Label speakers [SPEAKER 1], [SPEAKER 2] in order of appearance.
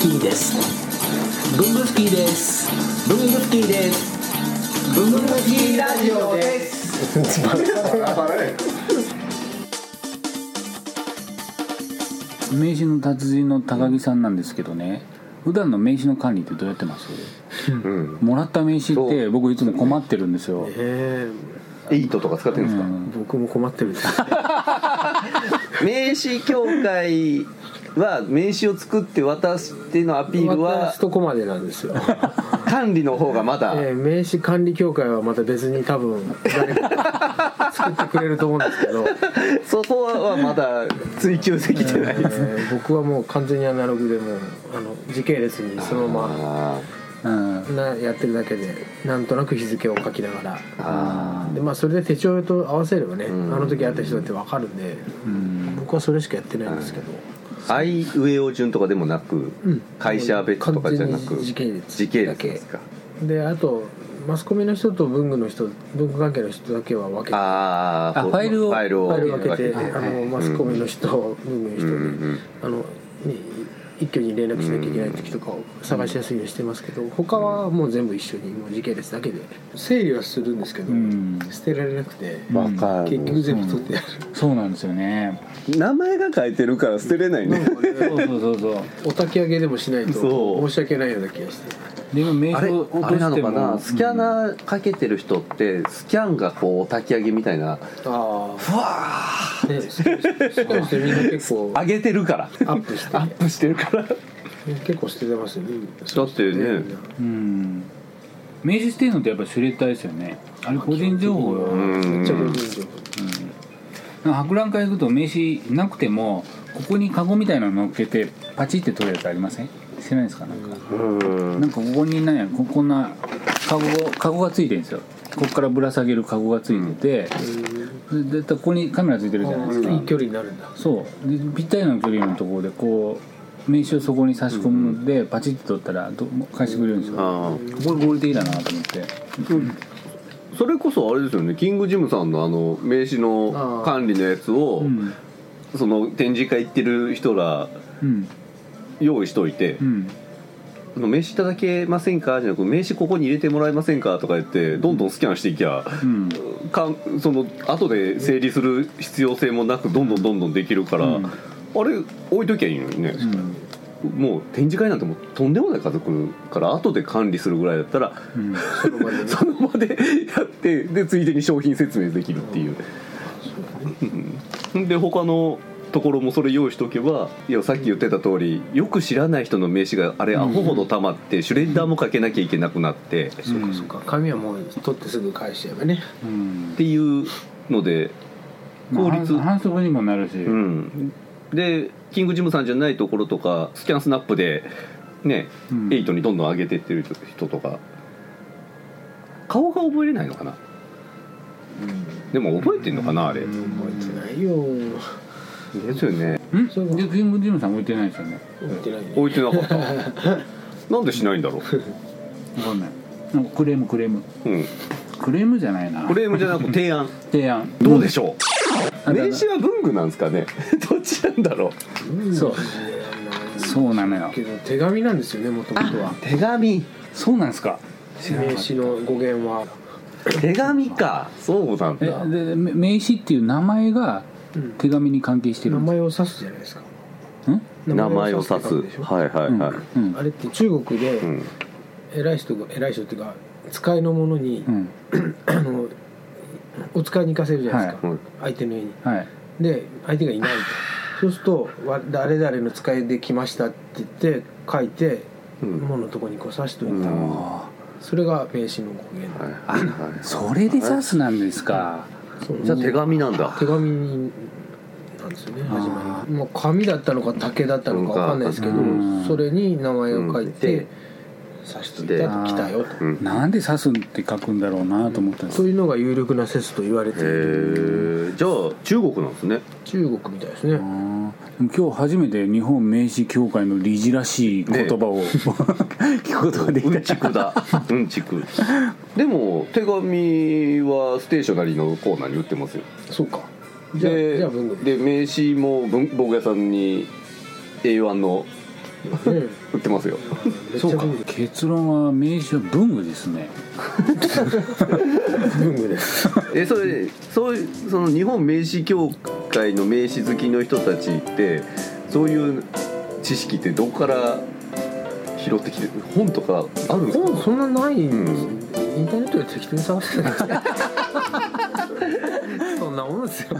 [SPEAKER 1] キーですブンブスキーですブンブスキーですブンブスキーラジオです
[SPEAKER 2] 名刺の達人の高木さんなんですけどね普段の名刺の管理ってどうやってます、もらった名刺って僕いつも困ってるんですよ
[SPEAKER 3] え
[SPEAKER 4] エイトとか使ってるんですか、
[SPEAKER 3] ー、僕も困ってるんです
[SPEAKER 4] 名刺協会は名刺を作って渡してのアピールは
[SPEAKER 3] 私とこまでな んですよ、
[SPEAKER 4] 管理の方がまだ、
[SPEAKER 3] えー名刺管理協会はまた別に多分 誰か作ってくれると思うんですけど、
[SPEAKER 4] そこはまだ追求できてないです、
[SPEAKER 3] えー僕はもう完全にアナログでもうあの時系列にそのま
[SPEAKER 4] あ
[SPEAKER 2] うん
[SPEAKER 3] まなやってるだけでなんとなく日付を書きながら
[SPEAKER 4] ーあ
[SPEAKER 3] で、まあ、それで手帳と合わせればね、あの時会った人だって分かるんで、僕はそれしかやってないんですけど、
[SPEAKER 4] ーあいうえお順とかでもなく、
[SPEAKER 3] うん
[SPEAKER 4] 会社別とかじゃな
[SPEAKER 3] 完全
[SPEAKER 4] く
[SPEAKER 3] に時系列
[SPEAKER 4] 時系列ですか
[SPEAKER 3] であとマスコミの人と文具の人文具関係の人だけは分けて
[SPEAKER 4] あー
[SPEAKER 2] あファイルを
[SPEAKER 4] ファイルを
[SPEAKER 3] ファイル分けて
[SPEAKER 4] 分けて
[SPEAKER 3] あのマスコミの人、文具の人
[SPEAKER 4] う
[SPEAKER 3] に、
[SPEAKER 4] んうん
[SPEAKER 3] あのね一挙に連絡しなきゃいけない時とかを探しやすいようにしてますけど、他はもう全部一緒にもう時系列だけで整理はするんですけど、
[SPEAKER 2] うん
[SPEAKER 3] 捨てられなくて、
[SPEAKER 4] うんわか
[SPEAKER 3] 結
[SPEAKER 4] る
[SPEAKER 3] 局全部取ってやる、
[SPEAKER 2] そうなんですよね
[SPEAKER 4] 名前が書いてるから捨てれないね
[SPEAKER 2] そうそうそうそう
[SPEAKER 3] お焚き上げでもしない
[SPEAKER 4] そ
[SPEAKER 3] と
[SPEAKER 4] う
[SPEAKER 3] 申し訳ないような気がして
[SPEAKER 2] で今名
[SPEAKER 4] あれ
[SPEAKER 2] 刺を落
[SPEAKER 4] あ
[SPEAKER 2] と
[SPEAKER 4] れな
[SPEAKER 2] し
[SPEAKER 4] の
[SPEAKER 2] て
[SPEAKER 4] かな、
[SPEAKER 2] も
[SPEAKER 4] スキャナーかけてる人ってスキャンがこうお焚き上げみたいな
[SPEAKER 3] あ
[SPEAKER 4] ふわ
[SPEAKER 3] あねしかもしてみんな結構
[SPEAKER 4] ー上げてるから
[SPEAKER 3] アップして
[SPEAKER 4] アップしてるからだ
[SPEAKER 3] 結構捨ててますよね
[SPEAKER 4] ってね
[SPEAKER 2] うん名刺してるのってやっぱシュレッダーですよねあれ個人情報よ、
[SPEAKER 4] うん
[SPEAKER 3] めっちゃ個人情報
[SPEAKER 2] なんか博覧会行くと名刺なくてもここにカゴみたいなの乗っけてパチって取るやつありませんしてないですかなんか、
[SPEAKER 4] うん
[SPEAKER 2] なんかここになんやここんなカゴカゴがついてるんですよここからぶら下げるカゴがついてて、で絶対ここにカメラついてるじゃないですか、
[SPEAKER 3] いい距離になるんだ
[SPEAKER 2] そうでぴったりの距離のところでこう名刺をそこに差し込むので、パチッと取ったらど返してくれるんですよ、
[SPEAKER 4] あ
[SPEAKER 2] これ合理的だなと思って
[SPEAKER 4] ーそれこそあれですよねキングジムさんのあの名刺の管理のやつを、
[SPEAKER 2] うん
[SPEAKER 4] その展示会行ってる人ら
[SPEAKER 2] うん
[SPEAKER 4] 用意しといて
[SPEAKER 2] う、ん
[SPEAKER 4] あの名刺いただけませんかじゃなく名刺ここに入れてもらえませんかとか言ってどんどんスキャンしていきゃ、
[SPEAKER 2] うん
[SPEAKER 4] かんその後で整理する必要性もなくどんどんどんどんできるから、
[SPEAKER 2] うん
[SPEAKER 4] あれ置いときゃいいのにね、
[SPEAKER 2] うん
[SPEAKER 4] もう展示会なんてもうとんでもない家族から後で管理するぐらいだったら、
[SPEAKER 2] うん
[SPEAKER 3] その場でね
[SPEAKER 4] その場でやってでついでに商品説明できるっていう、うんで他のところもそれ用意しとけばいやさっき言ってた通りよく知らない人の名刺があれアホほど溜まってシュレッダーもかけなきゃいけなくなってっ
[SPEAKER 3] そうかそうか紙はもう取ってすぐ返しちゃえばね
[SPEAKER 2] うん
[SPEAKER 4] ていうので効率
[SPEAKER 2] まあ反則にもなるし、
[SPEAKER 4] うんでキングジムさんじゃないところとかスキャンスナップでね、
[SPEAKER 2] うん
[SPEAKER 4] エイトにどんどん上げてってる人とか顔が覚えれないのかなでも覚えてんのかなあれで
[SPEAKER 3] 覚えてないよ
[SPEAKER 4] すよね
[SPEAKER 2] うんでキングジムさん置いてないですよね
[SPEAKER 3] 覚えてないね
[SPEAKER 4] 置いてなかった なんでしないんだろう、
[SPEAKER 2] 分かんないなんかクレームクレーム
[SPEAKER 4] うん、
[SPEAKER 2] クレームじゃないな
[SPEAKER 4] クレームじゃなく提案
[SPEAKER 2] 提案
[SPEAKER 4] どうでしょ
[SPEAKER 2] う
[SPEAKER 4] う
[SPEAKER 2] ん
[SPEAKER 4] 名刺は文具なんですかね どっちなんだろう
[SPEAKER 2] そうそうなのよ
[SPEAKER 3] けど手紙なんですよねもともとは
[SPEAKER 4] 手紙
[SPEAKER 2] そうなんですか知らな
[SPEAKER 3] 名
[SPEAKER 2] かった
[SPEAKER 3] 刺の語源は
[SPEAKER 4] 手紙かそうなんだ
[SPEAKER 2] えでめ名刺っていう名前が
[SPEAKER 3] うん
[SPEAKER 2] 手紙に関係して
[SPEAKER 3] 名
[SPEAKER 2] るんです
[SPEAKER 3] 前を指すじゃないですか
[SPEAKER 2] うん
[SPEAKER 4] 名前を指す
[SPEAKER 3] 指って書くでしょ
[SPEAKER 4] はいはいはい、
[SPEAKER 2] うん
[SPEAKER 3] あれって中国で
[SPEAKER 4] うん
[SPEAKER 3] 偉い人が偉い人っていうか使いの者に
[SPEAKER 2] うん
[SPEAKER 3] あのお使いに行かせるじゃないですか
[SPEAKER 4] はい
[SPEAKER 3] 相手の家に
[SPEAKER 2] はい
[SPEAKER 3] で相手がいないとそうするとわ「誰々の使いで来ました」って言って書いて
[SPEAKER 4] うん
[SPEAKER 3] 門のとこにこう刺しといた、
[SPEAKER 4] うん
[SPEAKER 2] あ
[SPEAKER 3] それが名刺の語源、
[SPEAKER 4] はいはいはい
[SPEAKER 2] ーそれで指すなんですか
[SPEAKER 3] そう
[SPEAKER 4] じゃあ手紙なんだ
[SPEAKER 3] 手紙になんですよね始ま
[SPEAKER 2] あ
[SPEAKER 3] りもう紙だったのか竹だったのかわかんないですけど、
[SPEAKER 2] うん
[SPEAKER 3] それに名前を書いて、
[SPEAKER 4] うん
[SPEAKER 3] 刺しといたと来たよと、
[SPEAKER 4] うん
[SPEAKER 2] なんで指すって書くんだろうなと思ったんです
[SPEAKER 3] そういうのが有力な説と言われている
[SPEAKER 4] へえじゃあ中国なんですね
[SPEAKER 3] 中国みたいですね、
[SPEAKER 2] あーでも今日初めて日本名刺協会の理事らしい言葉を、 聞くことができ
[SPEAKER 4] うん
[SPEAKER 2] た
[SPEAKER 4] ちくだうんちくでも手紙はステーショナリーのコーナーに売ってますよ
[SPEAKER 3] そうかじゃあ
[SPEAKER 4] で
[SPEAKER 3] じゃあ文具
[SPEAKER 4] で名刺も文房具屋さんに A1 の
[SPEAKER 3] ね
[SPEAKER 4] 売ってますよ
[SPEAKER 3] めっ
[SPEAKER 2] そ
[SPEAKER 3] ち
[SPEAKER 2] う
[SPEAKER 3] ゃ
[SPEAKER 2] か
[SPEAKER 3] 文具
[SPEAKER 2] 結論は名刺は文具ですね
[SPEAKER 3] 文具です
[SPEAKER 4] えそれそういうその日本名刺協会の名刺好きの人たちってそういう知識ってどこから拾ってきてる本とかあるんですか
[SPEAKER 3] 本そんなないんですイン ターネットで適当に探してたんですよそんなもんですよ